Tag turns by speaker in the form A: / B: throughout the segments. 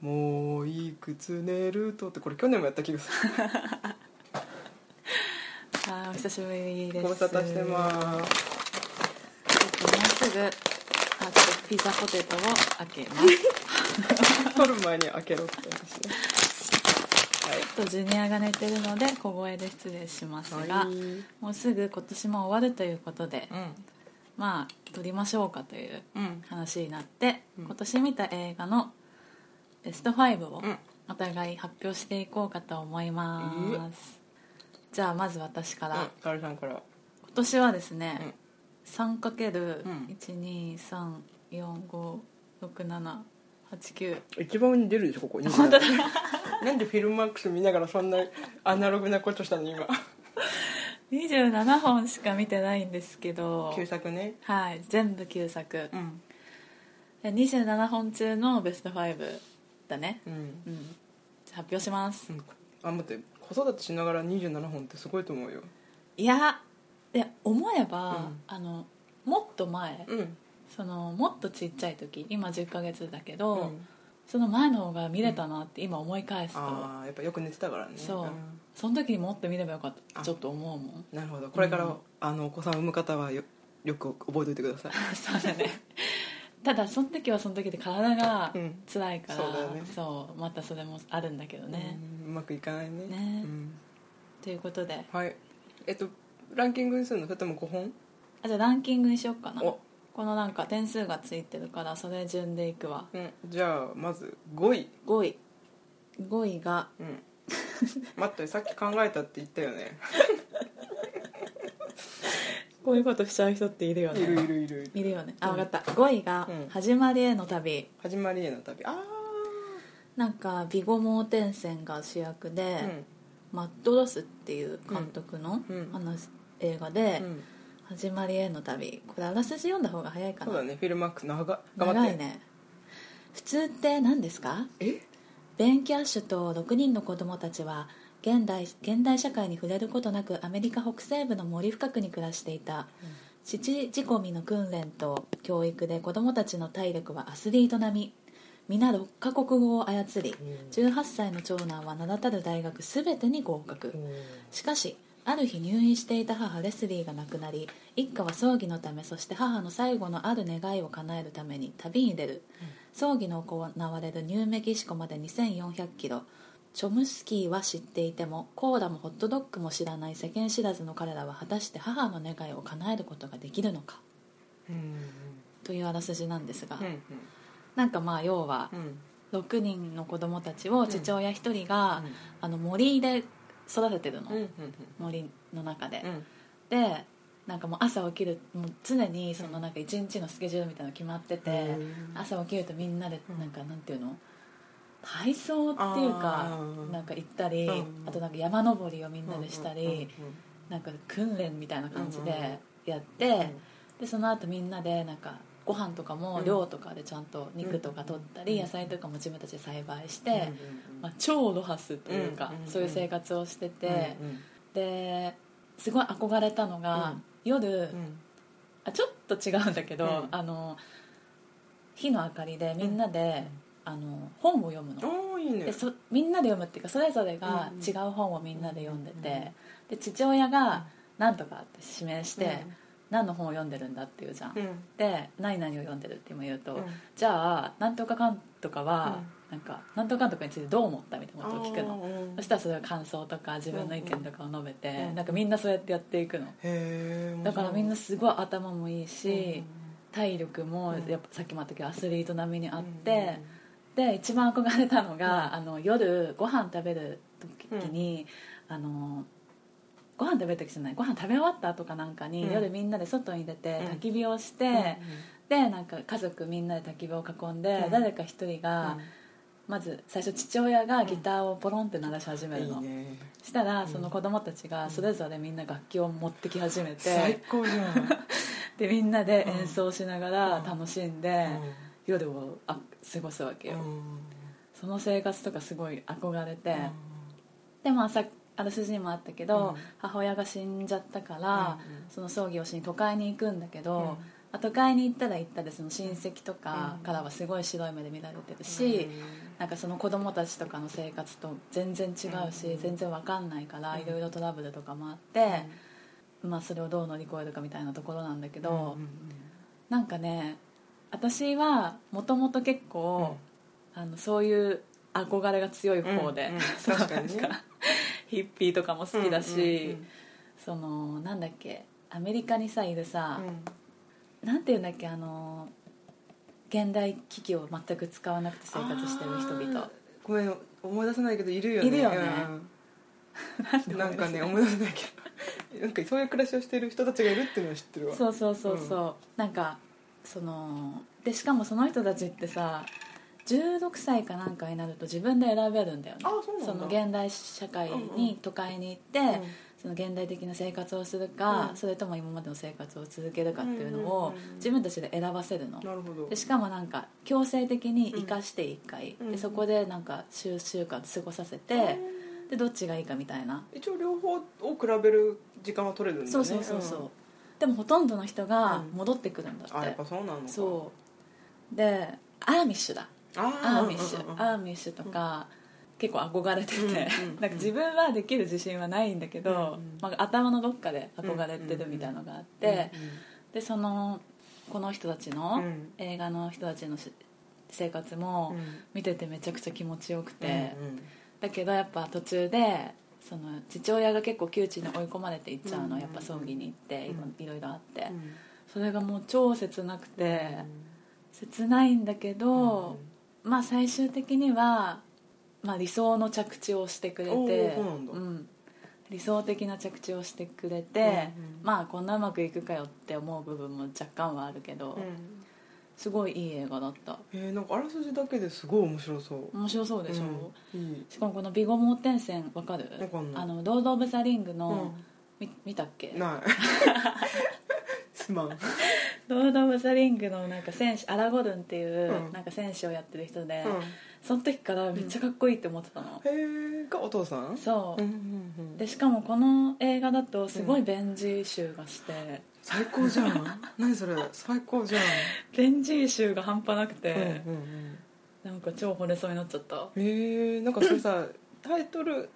A: もういくつ寝るとってこれ去年もやった気がする
B: あーお久しぶりです
A: ご無沙汰してま
B: ちょっともうすぐあちょっとピザポテトを開けますち
A: す取る前に開けろって話ね
B: ょっとジュニアが寝てるので小声で失礼します
A: はい、
B: が、
A: はい、
B: もうすぐ今年も終わるということで、
A: うん
B: まあ撮りましょうかという
A: うん
B: 話になって、
A: うん
B: 今年見た映画のベスト5を
A: うん
B: お互い発表していこうかと思います、じゃあまず私から、
A: カルさんから
B: 今年はです
A: うん
B: ね、
A: うん
B: 3×123456789
A: 一番出るでしょここ本当だ なんでフィルマックス見ながらそんなアナログなことしたの今
B: 27本しか見てないんですけど
A: 旧作ね
B: はい全部旧作
A: うん
B: で27本中のベスト5だね
A: うん、
B: うんじゃあ発表します
A: うん、あ待って子育てしながら27本ってすごいと思うよ
B: いやいや思えば、
A: うん
B: あのもっと前
A: うん
B: そのもっとちっちゃい時今10ヶ月だけ
A: う
B: ど、
A: ん
B: その前の方が見れたなって今思い返すと、
A: ああやっぱよく寝てたからね
B: そうんその時にもっと見ればよかった
A: あ
B: ってちょっと思うもん
A: なるほどこれから、
B: うん
A: あのお子さんを産む方はよよく覚えておいてください
B: そうだねただその時はその時で体が
A: うん
B: 辛いから、
A: そうだよね
B: そうまたそれもあるんだけどね、
A: うんうまくいかないね
B: ね
A: うん、
B: ということで
A: はいえっとランキングにするのそれとも5本
B: あじゃあランキングにしよっかな
A: お
B: このなんか点数がついてるからそれ順でいくわ
A: うん、じゃあまず5位、
B: 5位5位が
A: うん、 待ってさっき考えたって言ったよね
B: こういうことしちゃう人っているよ
A: いるいるいるいる
B: いるよね
A: う
B: あ
A: ん
B: 分かった5位が
A: うん
B: 「始まりへの旅」
A: 始まりへの旅あ
B: なんか「ビゴ盲点線」が主役で
A: あ、うん
B: マッドロスっていう監督の
A: うんうん
B: 話、映画で
A: うん、
B: 「始まりへの旅」これあらすじ読んだ方が早いか
A: そうだ
B: な、
A: ねフィルマックス長が頑張っ
B: 長
A: て
B: いね普通って何ですか
A: え
B: ベン・キャッシュと6人の子供たちは現代現代社会に触れることなくアメリカ北西部の森深くに暮らしていた七仕込みの訓練と教育で子供たちの体力はアスリート並み皆6カ国語を操り18歳の長男は名だたる大学全てに合格しかしある日入院していた母レスリーが亡くなり一家は葬儀のためそして母の最後のある願いを叶えるために旅に出る、葬儀の行われるニューメキシコまで2 4 0 0キロチョムスキーは知っていてもコーラもホットドッグも知らない世間知らずの彼らは果たして母の願いを叶えることができるのか
A: うんうん
B: というあらすじなんですが、
A: うん
B: なんかまあ要は
A: うんうん
B: 6人の子供たちを父親1人が、
A: うん
B: あの森で育ててるの、
A: うんうん
B: 森の中で、
A: うんうん
B: でなんかもう朝起きるもう常にそのなんか一日のスケジュールみたいなの決まってて、
A: うん
B: 朝起きるとみんなで
A: うん
B: なんかなんていうの体操っていうか
A: あー
B: なんか行ったり、
A: うん
B: あとなんか山登りをみんなでしたり、
A: うんうんうん
B: なんか訓練みたいな感じでやって、
A: うん
B: でその後みんなでなんかご飯とかも
A: うん
B: 量とかでちゃんと肉とか取ったり、
A: うん
B: 野菜とかも自分たちで栽培し
A: うん
B: て、まあ、超ロハスというか、
A: うん
B: そういう生活をしてて。
A: うんうん
B: ですごい憧れたのが、
A: うん
B: 夜、
A: うん
B: あちょっと違うんだけど、
A: うん
B: あの火の明かりでみんなで、あの本を読むの、
A: おーいいね
B: でそみんなで読むっていうかそれぞれが
A: うん
B: 違う本をみんなで読んでて、
A: うんうん
B: で父親が「何とか」って指名して、
A: うん
B: 何の本を読んでるんだっていうじゃん、
A: うん
B: で「何々を読んでる」って今言うと、
A: うん
B: じゃあ何とかかんとかは、なんか何とかかんとかについてどう思ったみたいなことを聞くの
A: あーうん
B: そしたらそれは感想とか自分の意見とかを述べて、
A: うん
B: なんかみんなそうやってやっていくの
A: へえ
B: だからみんなすごい頭もいいし、体力も
A: うん
B: やっぱさっきもあったけどアスリート並みにあって、で一番憧れたのが、あの夜ご飯食べる時に、あのご飯食べる時じゃないご飯食べ終わった後かなんかに、
A: うん
B: 夜みんなで外に出て
A: うん
B: 焚き火をして、でなんか家族みんなで焚き火を囲んで、
A: うん
B: 誰か一人が、まず最初父親がギターをポロンって鳴らし始
A: うん
B: め
A: い
B: るの。
A: いね
B: したら
A: うん
B: その子供たちがそれぞれみんな楽器を持ってき始め
A: 最
B: て、
A: 高じゃん
B: でみんなで
A: うん
B: 演奏しながら
A: うん
B: 楽しんで、夜をあ過ごすわけ
A: う
B: よ、
A: ん
B: その生活とかすごい憧れて、
A: う
B: でもさあらすじにもあったけど、
A: うん
B: 母親が死んじゃったから、
A: うんうん
B: その葬儀をしに都会に行くんだけど、
A: うん
B: まあ都会に行ったら行ったでその親戚とかからはすごい白い目で見られてるし、
A: ん
B: なんかその子供たちとかの生活と全然違うし、
A: うん
B: 全然わかんないから、
A: うん
B: いろいろトラブルとかもあって、まあ、それをどう乗り越えるかみたいなところなんだけど、
A: うん
B: なんかね私はもともと結構、あのそういう憧れが強い方で、
A: うんうん
B: そう
A: 確かにね
B: なんかヒッピーとかも好きだし、
A: うん
B: そのなんだっけアメリカにさいるさ
A: うん、うん
B: なんていうんだっけあの現代機器を全く使わなくて生活してる人々
A: あーごめん思い出せないけどいるよね
B: いるよね
A: うんなんかね思い出せないけどなんかそういう暮らしをしてる人たちがいるっていうのは知ってるわ
B: そうそうそうそう、なんかそのでしかもその人たちってさ16歳かなんかになると自分で選べるんだよね
A: あそうなんだ
B: の現代社会
A: うんうん
B: に都会に行って、その現代的な生活をするか、
A: うん
B: それとも今までの生活を続けるかっていうの
A: う
B: を
A: んうんうんうん
B: 自分たちで選ばせるの
A: うん、なるほど
B: でしかもなんか強制的に生かして1回、
A: うん
B: でそこでなんか数週間過ごさせて、でどっちがいいかみたいな、
A: 一応両方を比べる時間は取れるんだね
B: そうそうそうそう、でもほとんどの人が
A: うん
B: 戻ってくるんだ
A: うんあや
B: っ
A: ってぱ、そうなのか
B: そうでアーミッシュだ
A: あ
B: アーミッシュ、アーミッシュとか、結構憧れてて、
A: うんうんうん
B: なんか自分はできる自信はないんだけど、
A: うんうん
B: まあ、頭のどっかで憧れてるみたいなのがあって、でそのこの人たちの、
A: うん
B: 映画の人たちのし生活も見ててめちゃくちゃ気持ちよくて、だけどやっぱ途中でその父親が結構窮地に追い込まれていっちゃうの、
A: うんうんうん
B: やっぱ葬儀に行って、
A: うん
B: いろいろあって、それがもう超切なくて、
A: で
B: 切ないんだけど、まあ最終的には、まあ、理想の着地をしてくれて
A: おーそうなんだ
B: ん理想的な着地をしてくれて、
A: うんうん
B: まあこんなうまくいくかよって思う部分も若干はあるけど、すごいいい映画だった
A: えーなんかあらすじだけですごい面白そう
B: 面白そうでしょ、
A: うんいい
B: しかもこの「ビゴ盲点線」わかる
A: わかんない
B: あのロード・オブ・ザ・リングの、
A: う
B: み見たっけ
A: んないすまんうん
B: ロード・オブ・ザ・リングのなんか選手アラゴルンっていう、
A: うん
B: なんか選手をやってる人で、その時からめっちゃかっこいいって思ってたの、
A: へーがお父さん
B: そう、
A: うんうんうん
B: でしかもこの映画だとすごいベンジー臭がして、
A: 最高じゃ ん何それ最高じゃん
B: ベンジー臭が半端なくて、
A: うんうんうん
B: なんか超惚れそうになっちゃった
A: へえー、なんかそれさタイトル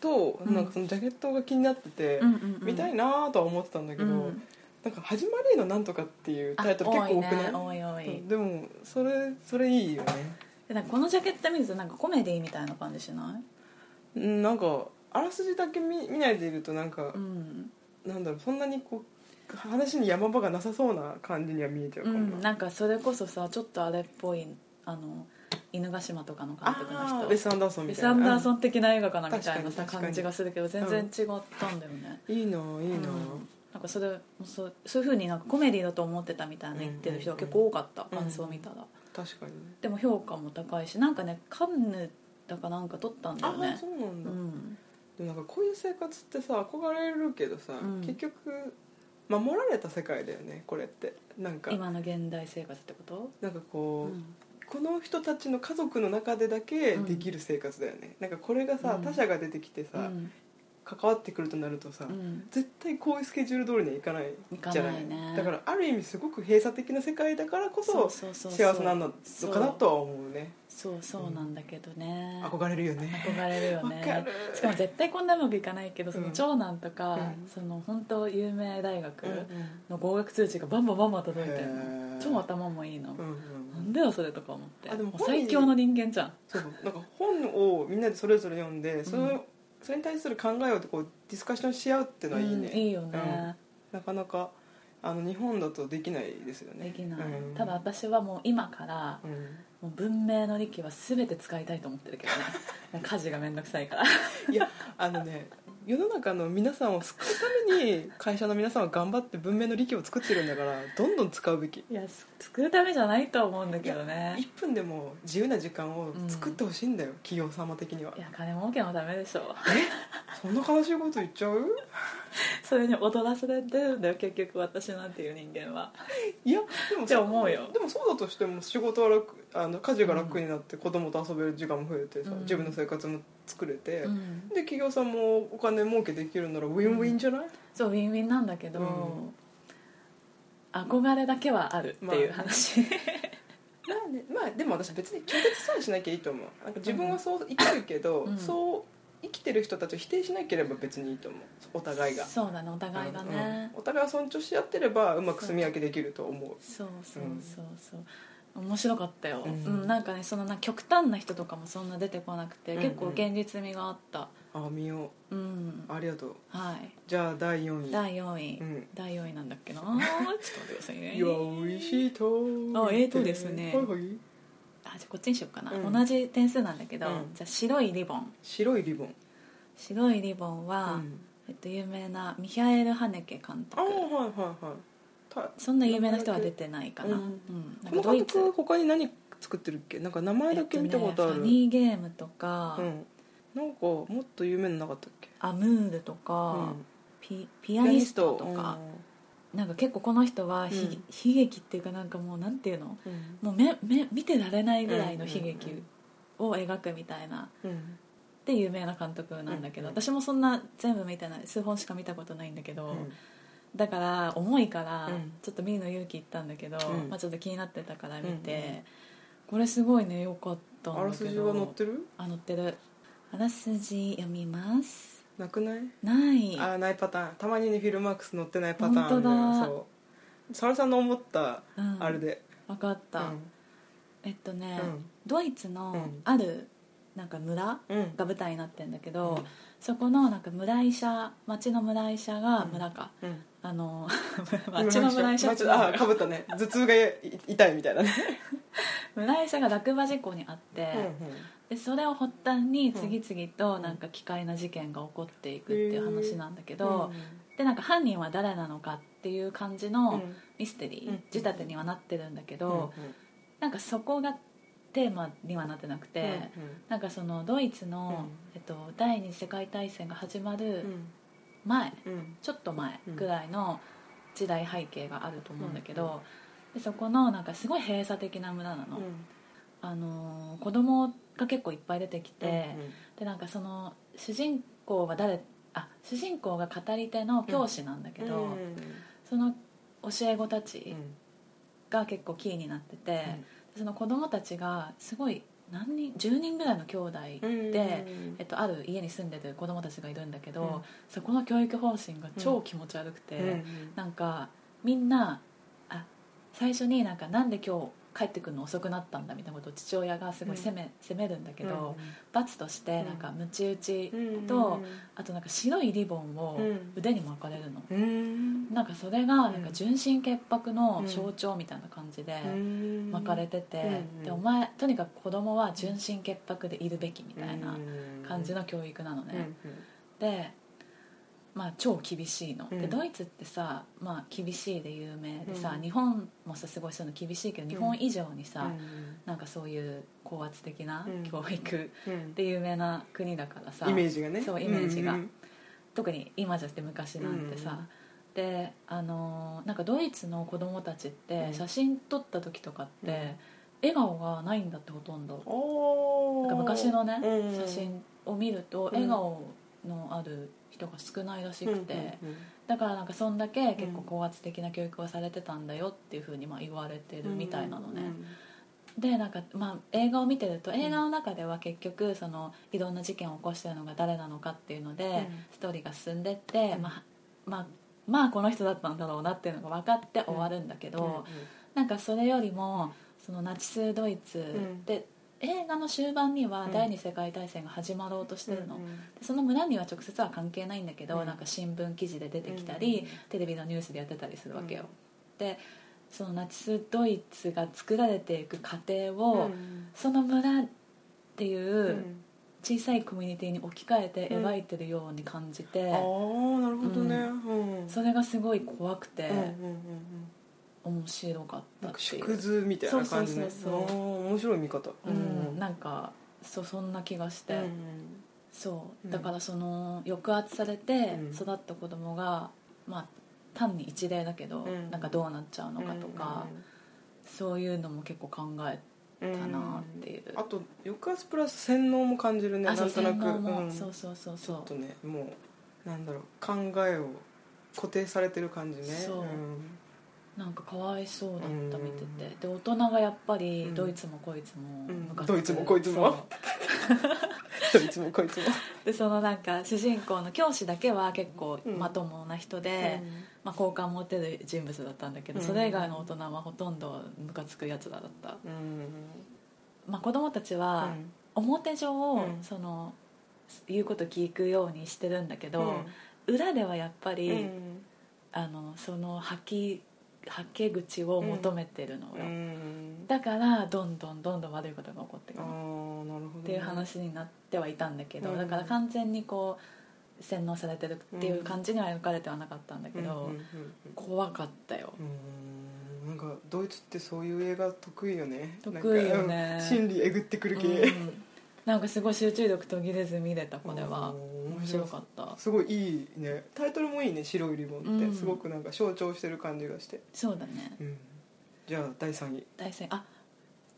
A: と
B: うん
A: なんかそのジャケットが気になってて、
B: うんうんうん
A: 見たいなとは思ってたんだけど、
B: うん
A: なんか「始まりのなんとか」っていうタイトル結構多くない
B: あ多いね多い多い
A: うんでもそれそれいいよね
B: でなんかこのジャケット見るとなんかコメディみたいな感じしな
A: うんなんかあらすじだけ見見ないでいるとなんか
B: い、うん、
A: なんだろうそんなにこう話に山場がなさそうな感じには見えちゃうか
B: う
A: も
B: ん、
A: な、
B: なんかそれこそさちょっとあれっぽいあの犬ヶ島とかの監督の
A: あ
B: 人
A: ーウェス・アンダーソン
B: ウェ
A: みたい
B: ス・
A: な
B: アンダーソン的な映画かなみた
A: 確
B: いな
A: か
B: さ
A: に確かに
B: 感じがするけど全然違ったんだよね、
A: いいないいな、
B: うんなんかそれそうそういうふうになんかコメディだと思ってたみたいな言ってる人が結構多かった
A: うん
B: 感想を見たら、
A: 確かにね
B: でも評価も高いしなんかねカンヌだかなんか取ったんだ
A: あ
B: よ
A: あ
B: ね
A: そうなん
B: う
A: だ、
B: ん
A: でもなんかこういう生活ってさ憧れるけどさ、
B: うん
A: 結局守られた世界だよねこれってなんか
B: 今の現代生活ってこと、
A: なんかこ
B: う
A: う、
B: ん
A: この人たちの家族の中でだけできる生活だよね、なんかこれがさ、
B: うん
A: 他者が出てきてさ、
B: うん
A: 関わってくるとなるとさ、
B: うん
A: 絶対こういうスケジュール通りにはいかないじゃない
B: いかないね
A: だからある意味すごく閉鎖的な世界だからこそ
B: そうそうそう
A: 幸せなのかなとは思うね
B: そうそうなんだけどね、
A: 憧れるよね
B: 憧れるよ
A: わか
B: ね
A: る
B: しかも絶対こんなうまくいかないけどその
A: うん
B: 長男とか、
A: うん
B: その本当有名大学
A: うん
B: の合格通知がバンバンバンバン届いてるの
A: へー
B: 超頭もいいの、
A: うんうん
B: なんだよそれとか思って
A: あでも
B: う最強の人間じゃん
A: そうなんか本をみんなでそれぞれ読んでそれ,、それに対する考えをこうディスカッションし合うっていうのはいいね、
B: うんいいよね、
A: なかなかあの日本だとできないですよね
B: できない、
A: うん
B: ただ私はもう今から
A: うん
B: もう文明の利器は全て使いたいと思ってるけ どねもう家事が面倒くさいから
A: いやあのね世の中の皆さんを救うために会社の皆さんは頑張って文明の利器を作ってるんだからどんどん使うべき
B: いやす作るためじゃないと思うんだけどね
A: 1分でも自由な時間を作ってほしいんだよ、企業様的にはい
B: や金儲けのためでしょ
A: そんな悲しいこと言っちゃう
B: それに踊らされてるんだよ結局私なんていう人間はい
A: やでも
B: って思うよ
A: でもそうだとしても仕事は楽あの家事が楽になって子供と遊べる時間も増えてさ、
B: うん
A: 自分の生活も作れて、
B: うん
A: で企業さんもお金儲けできるならウィンウィンじゃない、
B: そうウィンウィンなんだけど、
A: うん
B: 憧れだけはあるっていう話、
A: あねまあでも私別に拒絶さえしなきゃいいと思うなんか自分はそう生きるけど、
B: うん
A: そう生きてる人たちを否定しなければ別にいいと思うお互いが
B: そうなのお互いがね、
A: うんお互いを尊重し合ってればうまく住み分けできると思う
B: そうそうそうそう、面白かったよ、う
A: うんん
B: なんかねそのな極端な人とかもそんな出てこなくて、
A: うんうん
B: 結構現実味があった
A: あみよ
B: うん
A: ありがとう
B: はい
A: じゃあ第4位
B: 第4位、
A: うん
B: 第4位なんだっ けなちょっと待ってくださいね
A: いや美味しいと
B: あええとですね
A: はいはい
B: あじゃあこっちにしようかな、
A: うん
B: 同じ点数なんだけど、
A: うん
B: じゃあ白いリボン
A: 白いリボン
B: 白いリボンは、
A: うん
B: えっと、有名なミヒャエル・ハネケ監
A: ああはい
B: 督
A: はいはいた
B: そんな有名な人は出てないかな、う
A: うんん
B: なん
A: この
B: かド
A: 監
B: イツ
A: 督他に何作ってるっけなんか名前だけ見たことあ
B: えっ
A: る、
B: とね、ファニーゲームとか、
A: うんなんかもっと有名なのなかったっけ
B: アムールとか、
A: うん
B: ピピアニストとか、
A: う
B: なんか結構この人はひ、
A: うん
B: 悲劇っていうかなんかもうなんていうの
A: ん
B: もうめめ見てられないぐらいの
A: う
B: 悲
A: んうん
B: 劇を描くみたいな
A: うん
B: で有名な監督なんだけ
A: うん
B: ど、
A: うん
B: 私もそんな全部見てない数本しか見たことないんだけど、だから重いから
A: うん
B: ちょっと見るの勇気いったんだけど、
A: うん
B: まあ、ちょっと気になってたから見て、
A: うんうん
B: これすごいねよかったんだけど
A: あらすじは載ってる
B: あ載ってるあらすじ読みます
A: なくない
B: ない
A: あーないパターンたまにねフィルマークス載ってないパターンだよ
B: 本当だ
A: そう沙織さんの思った
B: うん
A: あれで、
B: 分かっ
A: う
B: た、
A: ん
B: えっとね、
A: うん
B: ドイツ
A: う
B: の
A: ん
B: あるなんか村
A: うん
B: が舞台になってるんだけど、
A: うん
B: そこのなんか村医者町の村医者が
A: うん
B: 村か、
A: うん
B: あの町の村医者って
A: 町あかぶったね頭痛がい痛いみたいなね、
B: 村医者が落馬事故にあって、でそれを発端に次々となんか奇怪な事件が起こっていくっていう話なんだけど、でなんか犯人は誰なのかっていう感じ
A: うん
B: のミステリー、
A: うん
B: 仕立てにはなってるんだけど、
A: うん
B: なんかそこがテーマにはなってなくて、
A: う
B: なんかそのドイツの、
A: う
B: えっと、第二次世界大戦が始ま
A: ん
B: る
A: うん
B: 前、
A: うん
B: ちょっと前ぐらいの時代背景があると思うんだけど、でそこのなんかすごい閉鎖的な村なの、あのー子供が結構いっぱい出てきて、でなんかその主人公は誰あ主人公が語り手の教師なんだけど、その教え子たちが結構キーになってて、その子供たちがすごい何人10人ぐらいの兄弟、で、えっと、ある家に住んでる子供たちがいるんだけど、
A: うん
B: そこの教育方針が超気持ち悪くて、
A: うん
B: なんかみんなあ最初になんかなんで今日帰ってくるの遅くなったんだみたいなことを父親がすごい責め,、責めるんだけど、罰としてなんかムチ打ちと、あとなんか白いリボンを
A: うん
B: 腕に巻かれるの、
A: うん
B: なんかそれがなんか純真潔白の象徴みたいな感じで
A: うん
B: 巻かれてて、
A: うん
B: でお前とにかく子供は純真潔白でいるべきみたいな感じ
A: だ
B: の教育なのね、
A: ね
B: でまあ超厳しいの、
A: うん
B: でドイツってさ、まあ、厳しいで有名でさ、
A: うん
B: 日本もさすごいそういうの厳しいけど日本以上にさ、なんかそういう高圧的な
A: うん
B: 教育で有名な国だからさ、
A: イメージがね
B: そうイメージが
A: うん
B: 特に今じゃなくて昔なんてさ、であのーなんかドイツの子供たちっ
A: う
B: て
A: ん
B: 写真撮った時とかって、
A: うん
B: 笑顔がないんだってほとんど、
A: おー
B: なんか昔のね、
A: うん
B: 写真を見ると
A: ん
B: 笑顔のある人が少ないらしくて、
A: うんうん
B: だからなんかそんだけ結構高圧的な教育をされてたんだよっていうふうにまあ言われてる
A: うん
B: みたいなのね、でなんかまあ映画を見てると映画の中では結局そのいろんな事件を起こしてるのが誰なのかっていうので、ストーリーが進んでって、
A: うん
B: まあまあまあこの人だったんだろうなっていうのが分かって終わるんだけど、なんかそれよりもそのナチスドイツ
A: ん
B: で、映画の終盤には
A: うん
B: 第二次世界大戦が始まろうとしてるの、
A: うん
B: でその村には直接は関係ないんだけど、
A: うん
B: なんか新聞記事で出てきたり、テレビのニュースでやってたりするわけよ、でそのナチスドイツが作られていく過程
A: うん
B: を、その村っていううん小さいコミュニティに置き換えて描いてるように感じて、
A: ああなるほどねうん
B: それがすごい怖くて
A: うんうんうんうん
B: 面白かった
A: なん
B: っ
A: か
B: ていう
A: 縮図みたいな感じね
B: そうそうそうそう
A: あー面白い見方
B: うん、なんかそうそんな気がして、
A: うん
B: そう
A: うん
B: だからその抑圧されて
A: うん
B: 育った子供が、まあ単に一例だけど、
A: うん
B: なんかどうなっちゃうのかとか、そういうのも結構考え
A: うん
B: たなっていう、
A: あと抑圧プラス洗脳も感じるねな
B: あそうん
A: とな
B: 洗
A: く
B: 脳も、
A: ん
B: そうそうそう
A: ち
B: そ
A: ょっと
B: う
A: ねもうなんだろう考えを固定されてる感じね
B: そう
A: うん
B: なんかかわいそうだった
A: うん
B: 見ててで大人がやっぱ
A: う
B: り
A: ん
B: どいつもこいつも
A: うん
B: ムカつく
A: どいつもこいつも
B: そう
A: どいつもこいつ も、
B: でそのなんか主人公の教師だけは結構
A: うん
B: まともな人で、まあ、好感持てる人物だったんだけど、
A: うん
B: それ以外の大人はほとんどムカつくやつらだった、
A: うん
B: まあ、子供たちは表上を
A: うん
B: その言うこと聞くようにしてるんだけ
A: うん
B: ど、裏ではやっぱり、
A: うん
B: あのその吐き吐け口を求めてるのよ、
A: うん
B: だからどんどんどんどん悪いことが起こってく
A: あ
B: る
A: あ
B: っ
A: なるほどね、
B: ていう話になってはいたんだけど、
A: うん
B: だから完全にこう洗脳されてるっていう感じには描かれてはなかったんだけど、
A: うんうんうんうん
B: 怖かったよ
A: うーんなんかドイツってそういう映画得意よね
B: 得意よ
A: な
B: ね
A: んかうん心理えぐってくる系、
B: うんなんかすごい集中力途切れず見れたこれは
A: うん
B: 面白かった
A: すごいいいねタイトルもいいね「白いリボン」って、
B: うん
A: すごくなんか象徴してる感じがして、
B: そうだね
A: うんじゃあ第3位
B: 大戦あ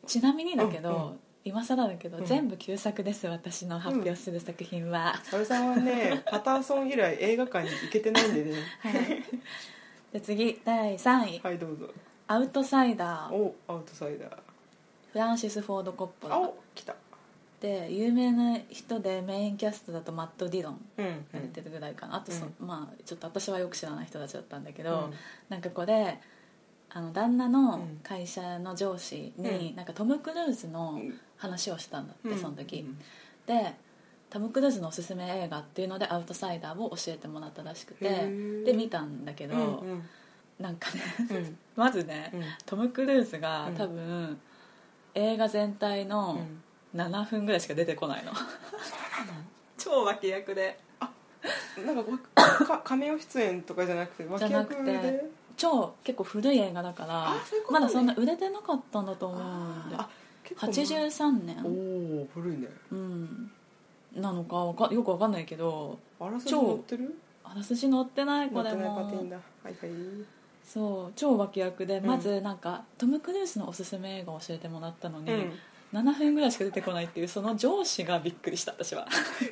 B: ちなみにだけど、
A: うんう
B: 今更だけど、
A: うん
B: 全部旧作です私の発表する作品は、
A: サルさんはねパターソン以来映画館に行けてないんでね
B: はいで次第3位、
A: はいどうぞ
B: アウトサイダー」
A: おアウトサイダー
B: フランシス・フォード・コッポ
A: あ
B: ラ
A: お来た
B: で有名な人でメインキャストだとマット・ディロン
A: うんうん
B: が出てるぐらいかな、あとそ、
A: う
B: まあちょっと私はよく知らない人たちだったんだけ
A: う
B: ど、
A: ん
B: なんかこれあの旦那
A: う
B: の
A: ん
B: 会社の上司に、
A: うん
B: なんかトム・クルーズの
A: うん
B: 話をしたんだって、その時、
A: うん
B: でトム・クルーズのおすすめ映画っていうので「アウトサイダー」を教えてもらったらしく
A: へ
B: て
A: ー
B: で見たんだけど、
A: うんうん
B: なんかね
A: うん
B: まずね、
A: うん
B: トム・クルーズが
A: うん
B: 多分、映画全体
A: う
B: の
A: ん
B: 7分ぐらいしか出てこないの 超脇役で
A: なんかわか亀尾出演とかじゃなくて脇
B: じゃな
A: 役
B: くて
A: で
B: 超結構古い映画だから
A: あそういうことね
B: まだそんな売れてなかったんだと思うんで
A: あ結構前
B: 83
A: お
B: 年
A: お古いね
B: うんなのかわかよくわかんないけど
A: あらすじ乗ってる
B: あらすじ載ってない
A: 乗
B: こ
A: っ
B: れ
A: てない
B: も
A: パティンだはいはい
B: そう超脇役で
A: ん
B: まずなんか、トム・クルーズのおすすめ映画を教えてもらったのに、7分ぐらいしか出てこないっていうその上司がびっくりした私は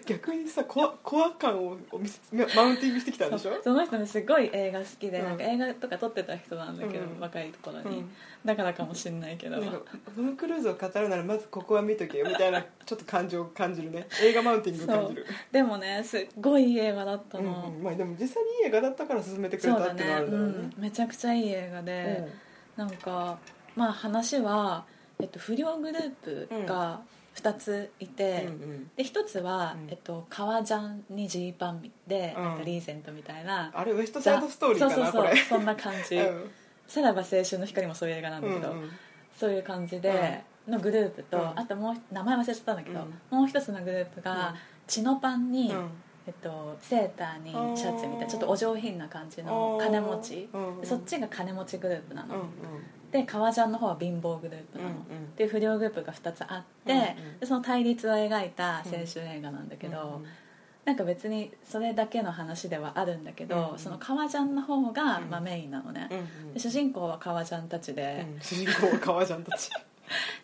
A: 逆にさコアコア感をお見せマウンティングしてきたんでしょ
B: そうその人ねすごい映画好きで、
A: うん
B: なんか映画とか撮ってた人なんだけど、
A: うん
B: 若い頃
A: う
B: に、
A: ん
B: だからかもしんないけど、
A: なんかトム・クルーズを語るならまずここは見とけよみ たいなちょっと感情を感じるね映画マウンティングを感じる
B: でもねすっごいいい映画だった
A: うん
B: の、
A: うんまあでも実際にいい映画だったから勧めてくれ
B: そう
A: た
B: だ
A: って
B: ね
A: いうのはあるだ
B: う、
A: ろうん
B: めちゃくちゃいい映画
A: ね
B: で、なんかまあ話は、えっと、不良グループが2ついて、
A: うんうん
B: で一つは、
A: うん
B: えっと、革ジャンにジーパンで、
A: うん
B: なんかリーゼントみたいな、
A: あれウエストサイドストーリーかな
B: そうそうそう
A: これ
B: そんな感じ、
A: うん
B: さらば青春の光もそういう映画なんだ
A: う
B: け
A: ん
B: ど、そういう感じで、のグループと、
A: うん
B: あともう名前忘れちゃったんだけど、
A: うん
B: もう一つのグループが、
A: うん
B: チノパンに、
A: うん
B: えっと、セーターにシャツみたいなちょっとお上品な感じの金持ち、
A: うんうん
B: でそっちが金持ちグループな
A: うん
B: の、
A: うん
B: で革ジャンの方は貧乏グループなの、
A: うんうん
B: っていう不良グループが2つあって、
A: うんうん
B: でその対立を描いた青春映画なんだけど、なんか別にそれだけの話ではあるんだけど、
A: うん
B: その革ジャンの方が、
A: うん
B: まあ、メインなのね、
A: うんうん
B: で主人公は革ジャンたちで、
A: うん主人公は革ジャン たち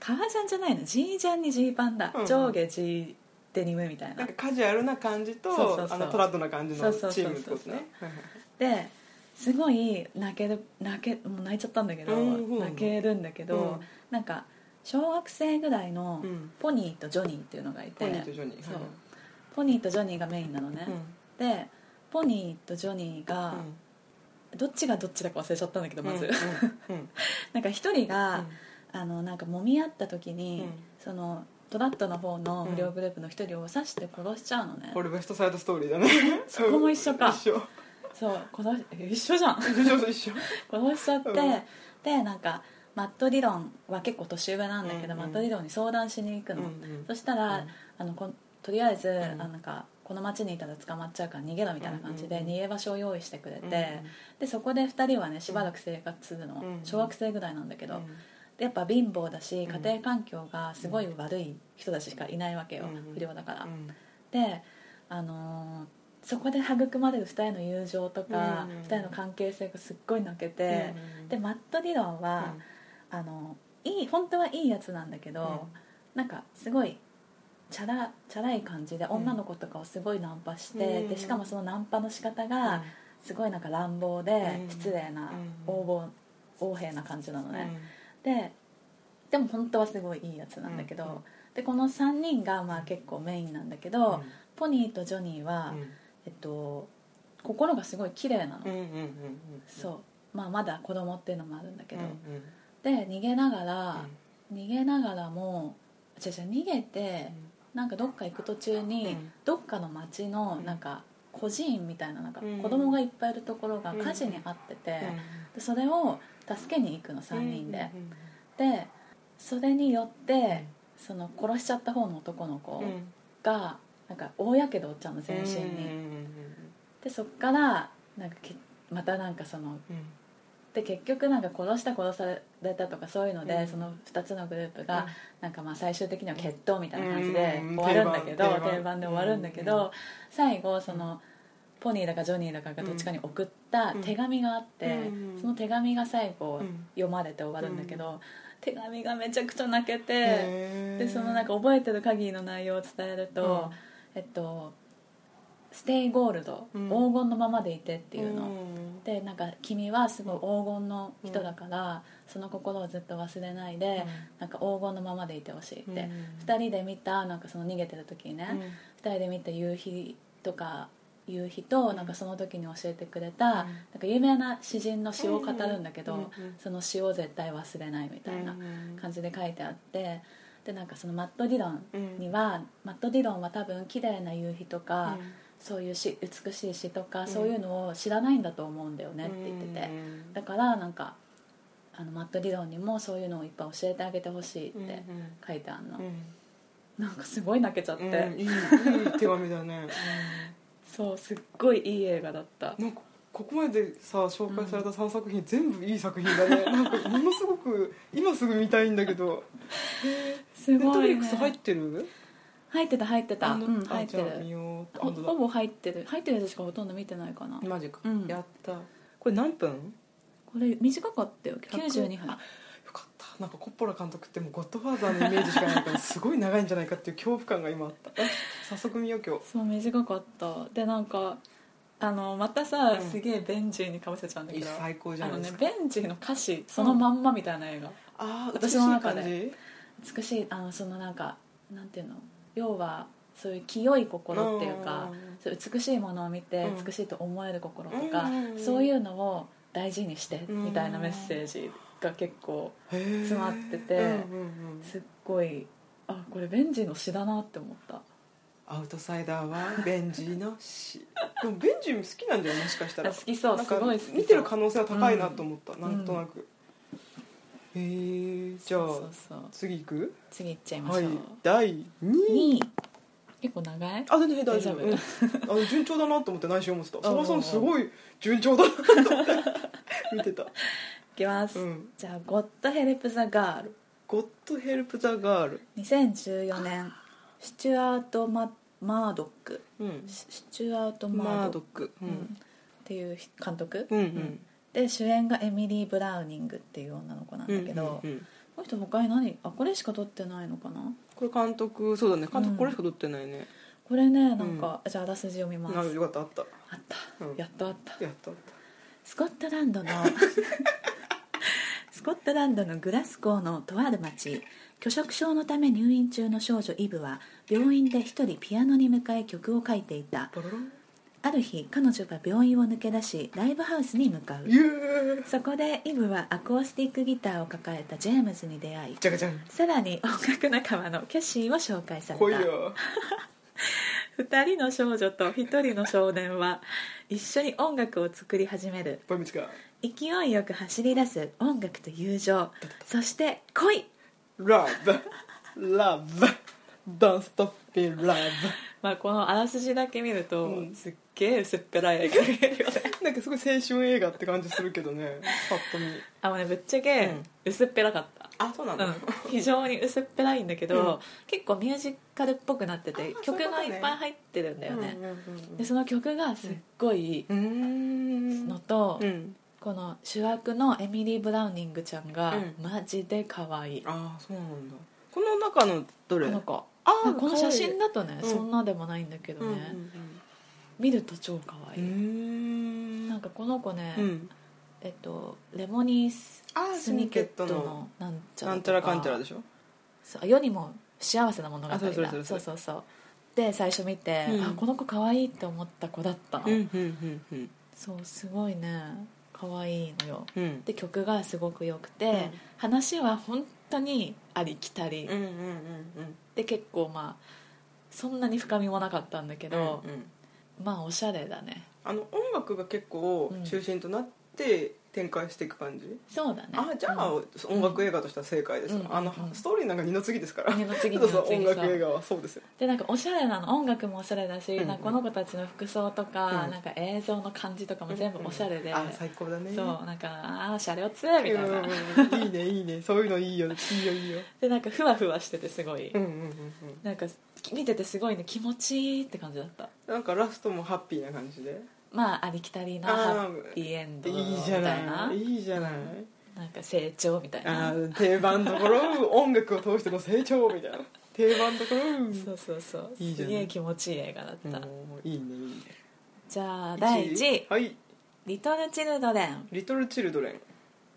B: 革ジャンじゃないのジージャンにジーパンだ、
A: うん
B: 上下ジーデニムみたい
A: な
B: なん
A: かカジュアルな感じ
B: そうそうそ
A: とあ
B: う
A: のトラッドな感じのチームって
B: そ
A: こと
B: うそうそうそう
A: ねはいはい
B: ですごい泣ける泣けもう泣いちゃったんだけど、
A: うん
B: 泣けるんだけど、
A: うん
B: なんか小学生ぐらいの
A: うん
B: ポニーとジョニーっていうのがい
A: ポ
B: て、
A: ニーとジョニー
B: そう
A: はい
B: ポニーとジョニーがメインなのね、
A: うん
B: でポニーとジョニーが、
A: うん
B: どっちがどっちだか忘れちゃったんだけどまず、
A: うんうん
B: なんか一人が、
A: うん
B: あのなんか揉み合った時に、
A: うん
B: そのトラットの方の不良グループの一人を刺して殺しちゃうのね、
A: これベストサイドストーリーだね
B: そこも一緒か
A: 一 緒
B: そう殺しえ一緒じゃ ん
A: 一緒一緒
B: 殺しちゃって、
A: うん
B: でなんかマット・ディロンは結構年上なんだけど、
A: うん
B: マット・ディロンに相談しに行くの、そしたら、
A: うん
B: あのことりあえず、
A: ん
B: あなんかこの町にいたら捕まっちゃうから逃げろみたいな感じで、
A: うんうん
B: 逃げ場所を用意してくれて、
A: うん
B: でそこで2人はねしばらく生活するの、
A: うん
B: 小学生ぐらいなんだけど、
A: うん
B: でやっぱ貧乏だし
A: うん
B: 家庭環境がすごい悪い人たちしかいないわけよ、
A: うん
B: 不良だから、
A: うん
B: で、あのーそこで育まれる2人の友情とか、
A: うん
B: 2人の関係性がすっごい泣けて、
A: うん
B: でマット・ディロン
A: うん
B: は、あのいい本当はいいやつなんだけど、なんかすごいチャラチャラい感じで女の子とかをすごいナンパして、
A: うん
B: でしかもそのナンパの仕方
A: うん
B: がすごいなんか乱暴で
A: うん
B: 失礼な
A: うん
B: 横暴横柄な感じなの
A: うん
B: ね、ででも本当はすごいいいやつなんだけど、でこの3人がまあ結構メインなんだ
A: う
B: けど、
A: ん
B: ポニーとジョニーは、えっと、心がすごい綺麗なの、
A: うんうんうんうん
B: そう、まあ、まだ子供っていうのもあるんだけど、
A: うんうん
B: で逃げながら、逃げながらも違う違う逃げ
A: う
B: て
A: ん
B: なんかどっか行く途中に、
A: うん
B: どっかの町の
A: うん
B: なんか孤児院みたいななんか
A: うん
B: 子供がいっぱいいるところが
A: うん
B: 火事に遭ってて、
A: うん
B: でそれを助けに行くの3人で、
A: うんうん
B: でそれによって、
A: うん
B: その殺しちゃった方の男の子
A: うん
B: が、なんか大やけどおっちゃんの全身に、
A: うん
B: でそっからなんかけまたなんかそ
A: う
B: の
A: んうん
B: で結局なんか殺した殺されたとかそういうので、
A: うん
B: その2つのグループ
A: う
B: が
A: ん
B: なんかまあ最終的には決闘みたいな感じで
A: うん
B: 終わるんだけど、
A: 定番
B: 定番で終わるんだけ
A: う
B: ど、
A: ん
B: 最後そのポニーだかジョニーだかがどっちかに送った手紙があって、
A: うん
B: その手紙が最後
A: うん
B: 読まれて終わるんだけど、手紙がめちゃくちゃ泣けて、
A: へー
B: でそのなんか覚えてる限りの内容を伝えると、えっと「ステイゴールド、
A: うん
B: 黄金のままでいて」っていうの。
A: ん
B: でなんか君はすごい黄金の人だから、その心をずっと忘れないで、なんか黄金のままでいてほしいって、
A: うん
B: 2人で見たなんかその逃げてる時にね、
A: うん
B: 2人で見た夕日とか夕日となんかその時に教えてくれた、なんか有名な詩人の詩を語るんだけど、
A: うんうん
B: その詩を絶対忘れないみたいな
A: うん
B: 感じで書いてあってでなんかそのマット・ディロン
A: うん
B: には、マット・ディロンは多分綺麗な夕日と
A: う
B: か、
A: ん
B: そういうし美しい詩とか、
A: ん
B: そういうのを知らないんだと思うんだよねって言ってて、
A: うん
B: だからなんかあのマット・ディロンにもそういうのをいっぱい教えてあげてほしいって
A: うん
B: 書いてあんの、
A: うん
B: なんかすごい泣けちゃって、
A: うんいいいい手紙だね
B: そうすっごいいい映画だった
A: うんなんかここまでさ紹介された3作品全部いい作品だ ねなんかものすごく今すぐ見たいんだけど
B: す
A: ネット
B: ご
A: フ
B: い、
A: リ
B: ね
A: ックス入ってる
B: 入ってた入ってた
A: あの
B: うん
A: あ
B: 入って
A: じゃあ見
B: る
A: よう
B: ほ
A: あ本当だ
B: ほぼ入ってる入ってるやつしかほとんど見てないかな
A: マジか、
B: うん
A: やったこれ何分よ
B: これ短かったよ
A: 100
B: 92分
A: あかったなんかコッポラ監督ってもう「ゴッドファーザー」のイメージしかないからすごい長いんじゃないかっていう恐怖感が今あったあ早速見よう今日
B: そう短かったでなんかあのまたさ、
A: うん
B: すげえベンジーにかぶせちゃうんだけど
A: いや最高じゃ
B: あ
A: な
B: の
A: いで
B: ね
A: すか、
B: ベンジーの歌詞そのまんまみたいな映画、
A: ああ
B: 私の中
A: 美しい
B: で美しいあのそのなんかなんていうの要はそういう清い心っていうか、
A: うん
B: そういう美しいものを見て、
A: うん
B: 美しいと思える心とか、
A: うんうんうん
B: そういうのを大事にして
A: うん
B: みたいなメッセージが結構
A: 感じ
B: 詰まってて
A: へーうんうんうん
B: すっごいあこれベンジーの詩だなって思った
A: アウトサイダーはベンジーの詩 でもベンジーも好きなんだよもしかした
B: あ
A: ら
B: 好きそう
A: なん
B: す
A: か
B: ごい好きそう
A: 見てる可能性は高いなと思った、なんとなく、へえじゃあ
B: そうそうそう
A: 次いく
B: 次いっちゃいましょ
A: は
B: う
A: い、第2位
B: に結構長い
A: あ全然大
B: 大
A: 丈
B: 丈夫
A: 夫、うんあの順調だなと思って内心 思ってた
B: ん
A: 佐野さんすごい順調だなと思って見て た、
B: いきます、
A: うん、
B: じゃあ「ゴッド・ヘルプ・ザ・ガール
A: ゴッドヘルプザガール」
B: 2014年スチュアート・ママードック
A: うん
B: ススチュアート・マ
A: マ
B: ー
A: ー
B: ド
A: ド
B: ッ
A: ッ
B: ク、
A: クう
B: うん
A: ん
B: っていう監督、
A: うんうん
B: で主演がエミリー・ブラウニングっていう女の子なんだけど、
A: うんうんうん
B: この人他に何あこれしか撮ってないのかな
A: これ監督そうだね監
B: うん
A: 督これしか撮ってないね、
B: これねなんか、じゃああらすじ読みます
A: なるよかったあった
B: あった、
A: うん
B: やっとあった
A: やったあった
B: スコットランドのスコットランドのグラスゴーのとある町拒食症のため入院中の少女イブは病院で一人ピアノに向かい曲を書いていた
A: バララン
B: ある日彼女は病院を抜け出しライブハウスに向かう
A: イエーイ
B: そこでイブはアコースティックギターを抱えたジェームズに出会い
A: じゃがじゃん
B: さらに音楽仲間のキャシーを紹介され
A: 来い
B: た
A: よ
B: 2人の少女と1人の少年は一緒に音楽を作り始める
A: バイミツが
B: 勢いよく走り出す音楽と友情そして恋
A: ラブラブダンストッピーラ
B: まあこのあらすじだけ見ると、
A: うん
B: すっげえ薄っぺらい映画 に見えるよね
A: ブなんかすごい青春映画って感じするけどねパッと見
B: あもうねぶっちゃけ
A: うん
B: 薄っぺらかった、
A: あそうな
B: うん、非常に薄っぺらいんだけど、
A: うん
B: 結構ミュージカルっぽくなってて
A: あー
B: 曲
A: そうい
B: が
A: うこと
B: い
A: ね
B: っぱい入ってるんだよね
A: うんうんうんうん
B: でその曲がすっごいいいう
A: ーん
B: のと、
A: うん
B: この主役のエミリー・ブラウニングちゃんが
A: うん
B: マジで可愛い、こ
A: ああそうなんだこの中のどれ
B: の子
A: あ
B: なんかこの写真だとね、
A: うん
B: そんなでもないんだけど
A: 可愛
B: ね
A: い、うんうん
B: 見ると超可
A: う
B: 愛い、
A: んうーん
B: なんかこの子ね、
A: うん
B: えっと、レモニース
A: あー
B: スニケット
A: スニケット
B: の
A: の
B: なんちゃら
A: なん
B: と
A: ちゃらかんちゃらでしょ
B: そう世にも幸せな物語だ
A: あそうそれそれ
B: そ
A: そうれ
B: そうそうで最初見て、
A: うん
B: あこの子可愛いって思った子だったの、
A: うんうんうん
B: そうすごいね可愛いのよ
A: うんうん
B: で曲がすごく良くて、
A: うん
B: 話は本当にありきたり、
A: うんうんうん
B: で結構まあそんなに深みもなかったんだけど、
A: うんうん
B: まあおしゃれだね
A: あの音楽が結構中心となって展開していく感じ、
B: そうだね
A: あじゃあ、
B: うん
A: 音楽映画としては正解です、
B: うんうん
A: あの
B: うん
A: ストーリーなんか 二の次ですから
B: 二の次
A: そうそう
B: 二の次
A: 音楽映画はそうですよ
B: でなんかおしゃれなの音楽もおしゃれだし、
A: うんうん
B: なんかこの子たちの服装とか、
A: うん
B: なんか映像の感じとかも全部おしゃれで、
A: あ最高だね
B: そうなんかああシャレオツーみたいな、
A: うんいいねいいねそういうのいいよいいよいいよ
B: でなんかふわふわしててすごい、
A: うんうんうんうん
B: なんか見ててすごいね気持ちいいって感じだった
A: なんかラストもハッピーな感じで
B: まあありきたりな
A: あー
B: ハッピーエンドみ
A: いいじ
B: た
A: ゃ
B: いな
A: ないいいじゃない
B: なんか成長みたい
A: あ
B: な
A: ー定番どころ音楽を通しての成長みたいな定番どころ
B: そうそうそう
A: いいじゃ
B: す
A: ない
B: げえ気持ちいい映画だった、
A: もういいねいいね
B: じゃあ第1位
A: はい
B: 「リトル・チルドレン
A: 「リトル・チルドレン」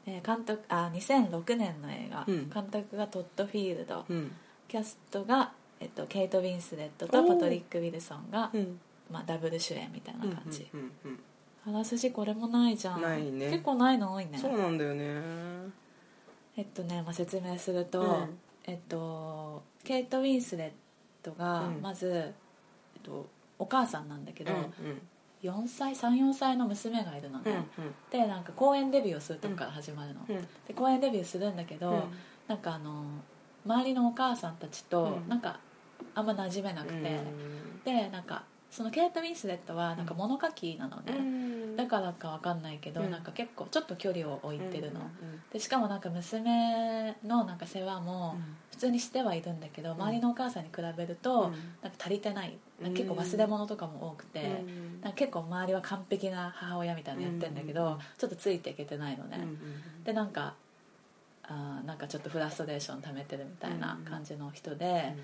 B: えー監督あ2006年の映画、
A: うん
B: 監督がトッド・フィールド、」
A: うん
B: キャストが、えっと、ケイト・ウィンスレットと
A: おー
B: パトリック・ウィルソンが、
A: ん
B: まあ、ダブル主演みたいな感じ、
A: うんうん
B: あらすじこれもないじゃん
A: ないね
B: 結構ないの多いね
A: そうなんだよね
B: えっとね、まあ、説明すると、
A: うん
B: えっとケイト・ウィンスレットが
A: うん
B: まず、えっと、お母さんなんだけ
A: う
B: ど、
A: んうん
B: 4歳34歳の娘がいるの
A: う
B: ね、
A: ん
B: でなんか公演デビューをするとこから始まるの、
A: うんうん
B: で公演デビューするんだけど、なんかあの周りのお母さんたちと
A: うん
B: なんかあんま馴染めなくて、でなんかそのケイト・ウィンスレットはなんか物書きなの
A: う
B: ね、
A: ん
B: だからかわかんないけど、
A: うん
B: なんか結構ちょっと距離を置いてるの、
A: うん
B: でしかもなんか娘のなんか世話も普通にしてはいるんだけど、
A: ん
B: 周りのお母さんに比べる
A: う
B: と、
A: ん
B: なんか足りてないなんか結構
A: うん
B: 忘れ物とかも多くて、
A: うん
B: なんか結構周りは完璧な母親みたいなのやってんだけど、
A: うん
B: ちょっとついていけてないのね、
A: うん
B: でなんかあーなんかちょっとフラストレーション溜めてるみたいな感じの人で、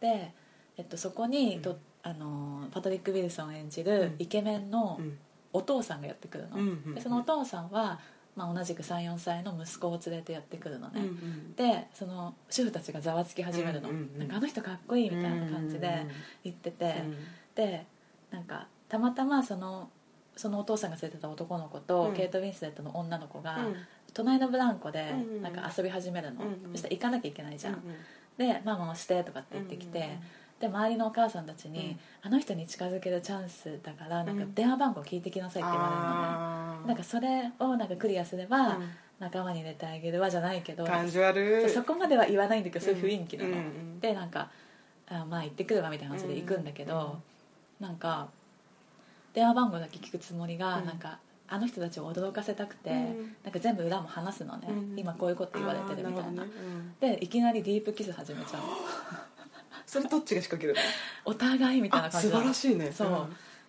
B: で、えっと、そこにと、
A: うん
B: あのーパトリック・ウィルソン演じ
A: う
B: る
A: ん
B: イケメンの
A: うん
B: お父さんがやってくるの、
A: うん
B: でそのお父さんは、まあ、同じく34歳の息子を連れてやってくるのね、
A: うん
B: でその主婦たちがざわつき始めるの、
A: うんうんうん
B: なんかあの人かっこいいみたいな感じで言ってて、でなんかたまたまそのそのお父さんが連れてた男の子と、
A: うん
B: ケイト・ウィンスレットの女の子が、
A: うん
B: 隣のブランコで
A: うんうん
B: なんか遊び始めるの、
A: うんうん
B: そしたら行かなきゃいけないじゃん、
A: うん
B: で「ママ押して」とかって言ってきて、で周りのお母さんたち
A: う
B: に、
A: ん
B: あの人に近づけるチャンスだからなんか
A: うん
B: 電話番号聞いてきなさい」って言われるのね、
A: あー
B: なんかそれをなんかクリアすれば
A: うん
B: 仲間に入れてあげるわじゃないけど、
A: 感じ悪
B: そう
A: い
B: そこまでは言わないんだけどそういう雰囲気なの、
A: うんうん
B: でなんかあまあ行ってくるわみたいな話で行くんだけど、なんか電話番号だけ聞くつもりが、
A: うん
B: なんかあの人たちを驚かせたくて、
A: うん
B: なんか全部裏も話すのね、
A: うん
B: 今こういうこと言われてるみたい
A: あー
B: な
A: るほどねうん
B: でいきなりディープキス始 めちゃうの
A: それどっちが仕掛けるの
B: お互いみたいな
A: あ
B: 感じ
A: 素
B: なの
A: 晴らしいね
B: そう、
A: ん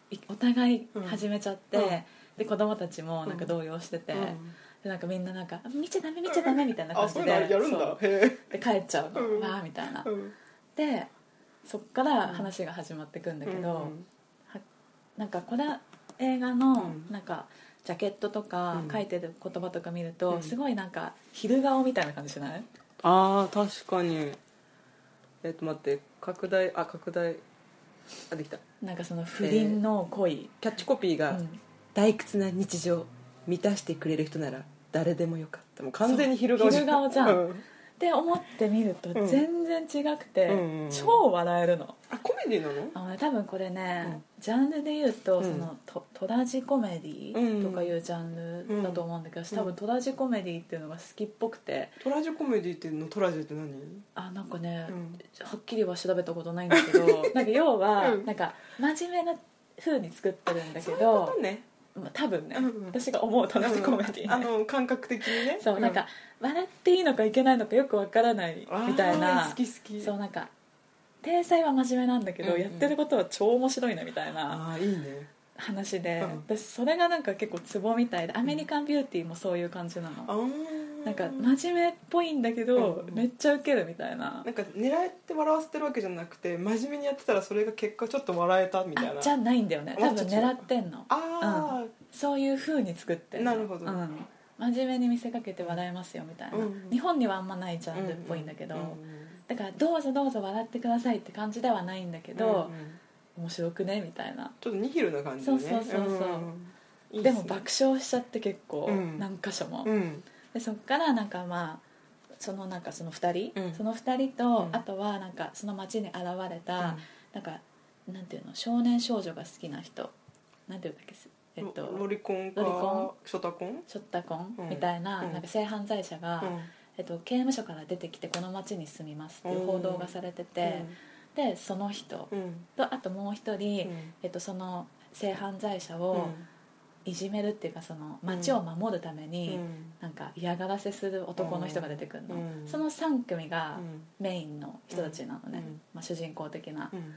B: いお互い始めちゃって、
A: うんうん
B: で子供たちもなんか動揺してて、
A: うん
B: でなんかみんななんか「見ちゃダメ見ちゃダメ」みたいな感
A: あ
B: じ
A: そういう
B: で
A: のやるん
B: そう
A: だへ
B: で帰っちゃうの、
A: うん
B: わーみたいな、
A: えうん
B: でそっから話が始まってくんだけど、はなんかこれ映画の
A: うん
B: なんかジャケットとか
A: うん
B: 書いてる言葉とか見ると、
A: うん
B: すごいなんか昼顔みたいな感じしない
A: あー確かにえっと待って拡大あ拡大あできた
B: なんかその不倫の恋、
A: キャッチコピーが
B: うん
A: 退屈な日常満たしてくれる人なら誰でもよかったもう完全に昼顔
B: そう昼顔じゃん
A: うん
B: って思ってみると
A: うん
B: 全然違くて、
A: うん
B: 超笑えるの
A: あコメディなの
B: あのね多分これね、
A: うん
B: ジャンルで言うと、
A: うん
B: そのトトラジコメディとかいうジャンルだと思うんだけど、
A: うん
B: 多分トラジコメディっていうのが好きっぽくて
A: トラジコメディってのトラジって何
B: あなんかね、
A: うん
B: はっきりは調べたことないんだけどなんか要は、
A: うん
B: なんか真面目な風に作ってるんだけ
A: そういう
B: ど
A: ことね
B: まあ、多分ね、
A: うんうん
B: 私が思うトラジコメディね、
A: うんあの感覚的にね
B: そうなんか、笑っていいのかいけないのかよくわからない
A: うん
B: みたい
A: あー
B: な
A: 好き好き
B: そうなんか体裁は真面目なんだけど、
A: うんうん
B: やってることは超面白いねみたいな
A: ああいいね
B: 話で、
A: うん
B: 私それがなんか結構ツボみたいでアメリカンビューティーもそういう感じな
A: あ
B: の、
A: ー
B: なんか真面目っぽいんだけど、
A: うんうん
B: めっちゃウケるみたいな
A: なんか狙って笑わせてるわけじゃなくて真面目にやってたらそれが結果ちょっと笑えたみたいな
B: あじゃないんだよね
A: も
B: 多
A: うちょ
B: 分
A: っと違う
B: 狙ってんの
A: あー
B: そういう風に作ってんの
A: なるほど
B: うん真面目に見せかけて笑えますよみたいな、
A: うんうん
B: 日本にはあんまないジャンルっぽいんだけど、だからどうぞどうぞ笑ってくださいって感じではないんだけ
A: け
B: ど、面白くねみたいな
A: ちょっとニヒルな感じでね
B: そうそうそうそうん
A: いい
B: です
A: ね
B: も爆笑しちゃって結構、
A: うん
B: 何箇所も、
A: うん
B: でそっからなんかまあそのなんかその2人、
A: うん
B: その2人と、
A: うん
B: あとはなんかその町に現れた、なんかなんていうの少年少女が好きな人なんていうんだっけえっ
A: ロロ
B: と
A: リコンか
B: ロリコ
A: ショタコン
B: ショッタコン、
A: うん
B: みたいな,、
A: うん
B: なんか性犯罪者
A: う
B: が、
A: ん
B: えっと、刑務所から出てきてこの町に住みますっていう
A: うん
B: 報道がされてて、でその人
A: うんうん
B: とあともう一人、
A: うん
B: えっと、その性犯罪者をいじめるっていうかその町を守るため
A: うん
B: に、なんか嫌がらせする男の人が出てくるの、
A: うん
B: その3組が
A: うん
B: メインの人たちなのね、
A: うん
B: まあ、主人公的な
A: うん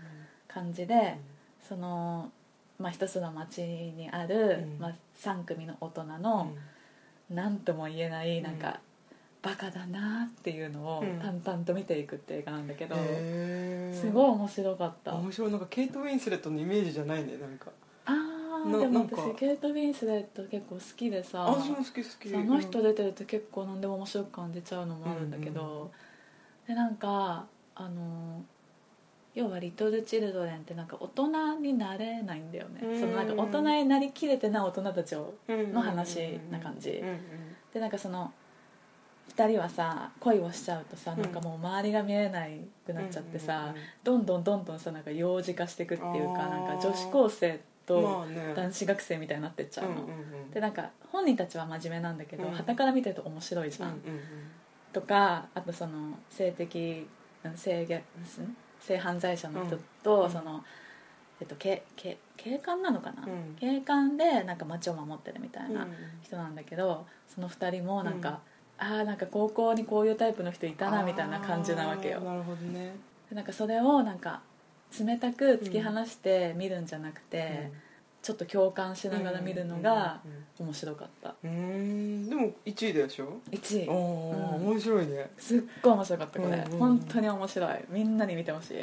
B: 感じで、その、まあ、一つの町にある、
A: うん
B: まあ、3組の大人
A: う
B: の
A: ん
B: 何とも言えない
A: ん
B: なんか、バカだなっていうのを
A: うん
B: 淡々と見ていくっていう映画なんだけど、
A: へー
B: すごい面白かった、あ
A: 面白いなんかケイト・ウィンスレットのイメージじゃないねなんか
B: あー
A: な
B: でも
A: なん
B: 私
A: か
B: ケイト・ウィンスレット結構好きでさ
A: あ私も好き好き
B: その人出てると結構何でも面白く感じちゃうのもあるんだけど、
A: うんうん
B: でなんかあの要は「リトル・チルドレン」ってなんか大人になれないんだよね、
A: うん
B: そのなんか大人になりきれてない大人たちをの
A: の
B: 話な感じ
A: うんうん
B: でなんかその2人はさ恋をしちゃうとさ、
A: うん
B: なんかもう周りが見えないくなっちゃってさ、
A: うんうんうん
B: どんどんどんどんさなんか幼児化していくっていうか
A: あー
B: なんか女子高生と
A: まあね
B: 男子学生みたいになってっちゃうの、
A: うんうんうん
B: でなんか本人たちは真面目なんだけど
A: うん
B: 傍から見てると面白いじゃ
A: う
B: ん、
A: んうんうん
B: とかあとその性的うん性虐ん性犯罪者の人と、
A: うん
B: その、えっと、けけ警官なのかな、
A: うん
B: 警官でなんか街を守ってるみたい
A: う
B: な
A: んうん
B: 人なんだけど、その2人もなんか、ああなんか高校にこういうタイプの人いたなみたいな感じなわけ
A: あー
B: よ
A: なるほどね、
B: でなんかそれをなんか冷たく突き放して見るんじゃなくて、ちょっと共感し
A: うん
B: ながら見るのが
A: うんうんうん
B: 面白かった
A: うーんでも1位でしょ
B: 1位
A: ああ、
B: うん
A: 面白いね
B: すっごい面白かったこれ、
A: うんうんうん
B: 本当に面白いみんなに見てほしい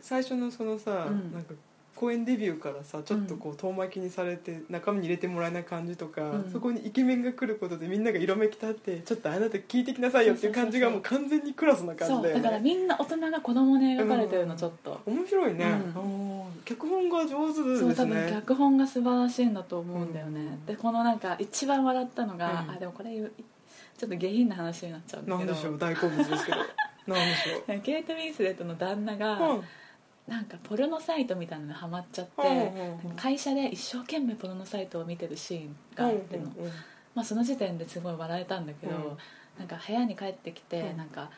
A: 最初のそのさ、
B: うん
A: なんか公演デビューからさちょっとこう遠巻きにされて中身に入れてもらえない感じとか、
B: うん
A: そこにイケメンが来ることでみんなが色めき立ってちょっとあなた聞いてきなさいよっていう感じが
B: そ
A: も
B: う
A: う完全にクラスな
B: そ
A: 感じ
B: う
A: だよ
B: だから
A: ね
B: みんな大人が子供に描かれてる
A: う
B: の
A: ん
B: ちょっと、
A: 面白いね、
B: う
A: あー脚本が上手です
B: そ
A: ね
B: う多分脚本が素晴らしいんだと思うんだよね、
A: うん
B: でこのなんか一番笑ったのが、
A: うん
B: あでもこれ言うちょっと下品な話になっちゃうんだ
A: な
B: け
A: ん
B: ど
A: でしょう大好物です けどなんでしょう
B: なんかゲート・ウィンスレットの旦那が、
A: うん
B: なんかポルノサイトみたいなのにハマっちゃって、
A: うんうん
B: 会社で一生懸命ポルノサイトを見てるシーンがあっての、
A: うんうん
B: まあ、その時点ですごい笑えたんだけど、
A: うん
B: なんか部屋に帰ってきて、
A: うん
B: なんか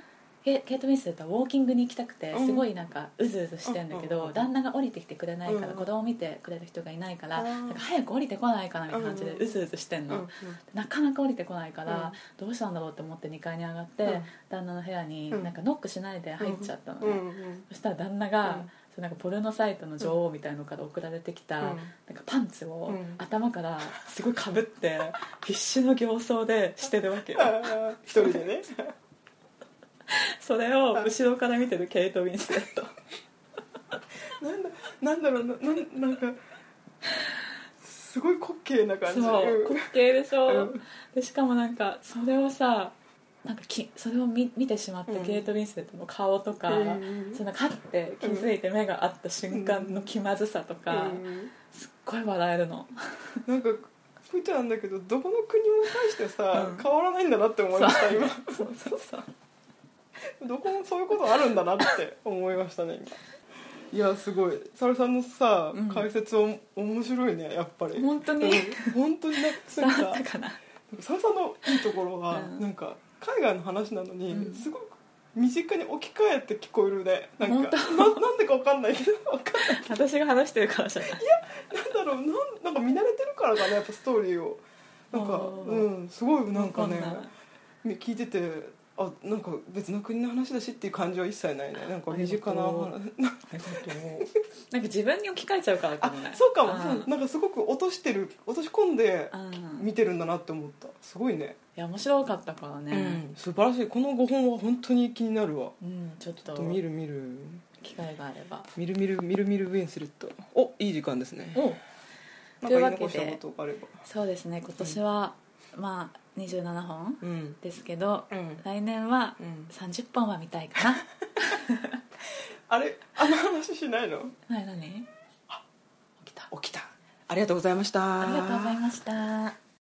B: ケケイト・ウィンスレットはウォーキングに行きたくて
A: うん
B: すごいなんかうずうずしてんだけど、
A: うん
B: 旦那が降りてきてくれないから、
A: うん
B: 子供を見てくれる人がいないから、
A: うん
B: なんか早く降りてこないかなみたいな感じで
A: うん
B: うずうずしてん
A: う
B: の、
A: ん
B: なかなか降りてこないから、どうしたんだろうって思って2階に上がって、
A: うん
B: 旦那の部屋に
A: うん
B: なんかノックしないで入っちゃったのね、
A: うんうん
B: そしたら旦那が、
A: うん
B: そのなんかポルノサイトの女王みたいのから送られてきた、
A: うん
B: なんかパンツを
A: うん
B: 頭からすごいかぶって必死の形相でしてるわけよ
A: 一人でね
B: それを後ろから見てるケイト・ウィンスレット
A: なんだなんだろうななんなんかすごい滑稽な感じ
B: そう滑稽でし
A: う
B: ょ
A: ん
B: でしかもなんかそれをさなんかきそれを見見てしまった
A: うん
B: ケイト・ウィンスレットの顔とか、
A: うん
B: そのかって気づいて目が合った瞬間の気まずさとか、
A: うん
B: すっごい笑えるの
A: なんかふちゃんだけどどこの国も対してさ、
B: うん
A: 変わらないんだなって思いました今
B: そうそうそう
A: どこもそういうことあるんだなって思いましたね今いやすごいサラさんのさ、
B: うん
A: 解説お面白いねやっぱり
B: 本当に
A: うん本当にな
B: 伝わ
A: なん
B: っ
A: か
B: たかな
A: サラさんのいいところは、
B: うん
A: なんか海外の話なのに、
B: うん
A: すごく身近に置き換えて聞こえるねなんかななんでかわかんないけどわかんない
B: 私が話してるからじゃない
A: なんだろうなんなんか見慣れてるからかなやっぱストーリーをなんか
B: あー
A: うんすごいなんかね
B: わんない
A: み聞いててあなんか別の国の話だしっていう感じは一切ないねなんか身近な
B: ありがとう
A: 話
B: なんか自分に置き換えちゃうからか
A: あ
B: もね
A: そうかも
B: ん
A: そうなんかすごく落としてる落とし込んで
B: うんい
A: 見てるんだなって思ったすごいね、
B: や面白かったからね
A: うん素晴らしいこの5本は本当に気になるわ
B: うん、ちょっ
A: ちょっ
B: と
A: と見る見る
B: 機会があれば
A: 見る見る見る見るウィンスレットおいい時間ですね
B: お
A: なんか言い
B: という
A: 残
B: わけ
A: し
B: で
A: たことがあれば
B: そうですね今年は、まあ27本
A: うん
B: ですけど
A: うん
B: 来年は
A: うん
B: 30本は見たい か
A: あれあの話しないの
B: なはい何起きた
A: 起きたありがとうございました
B: ありがとうございました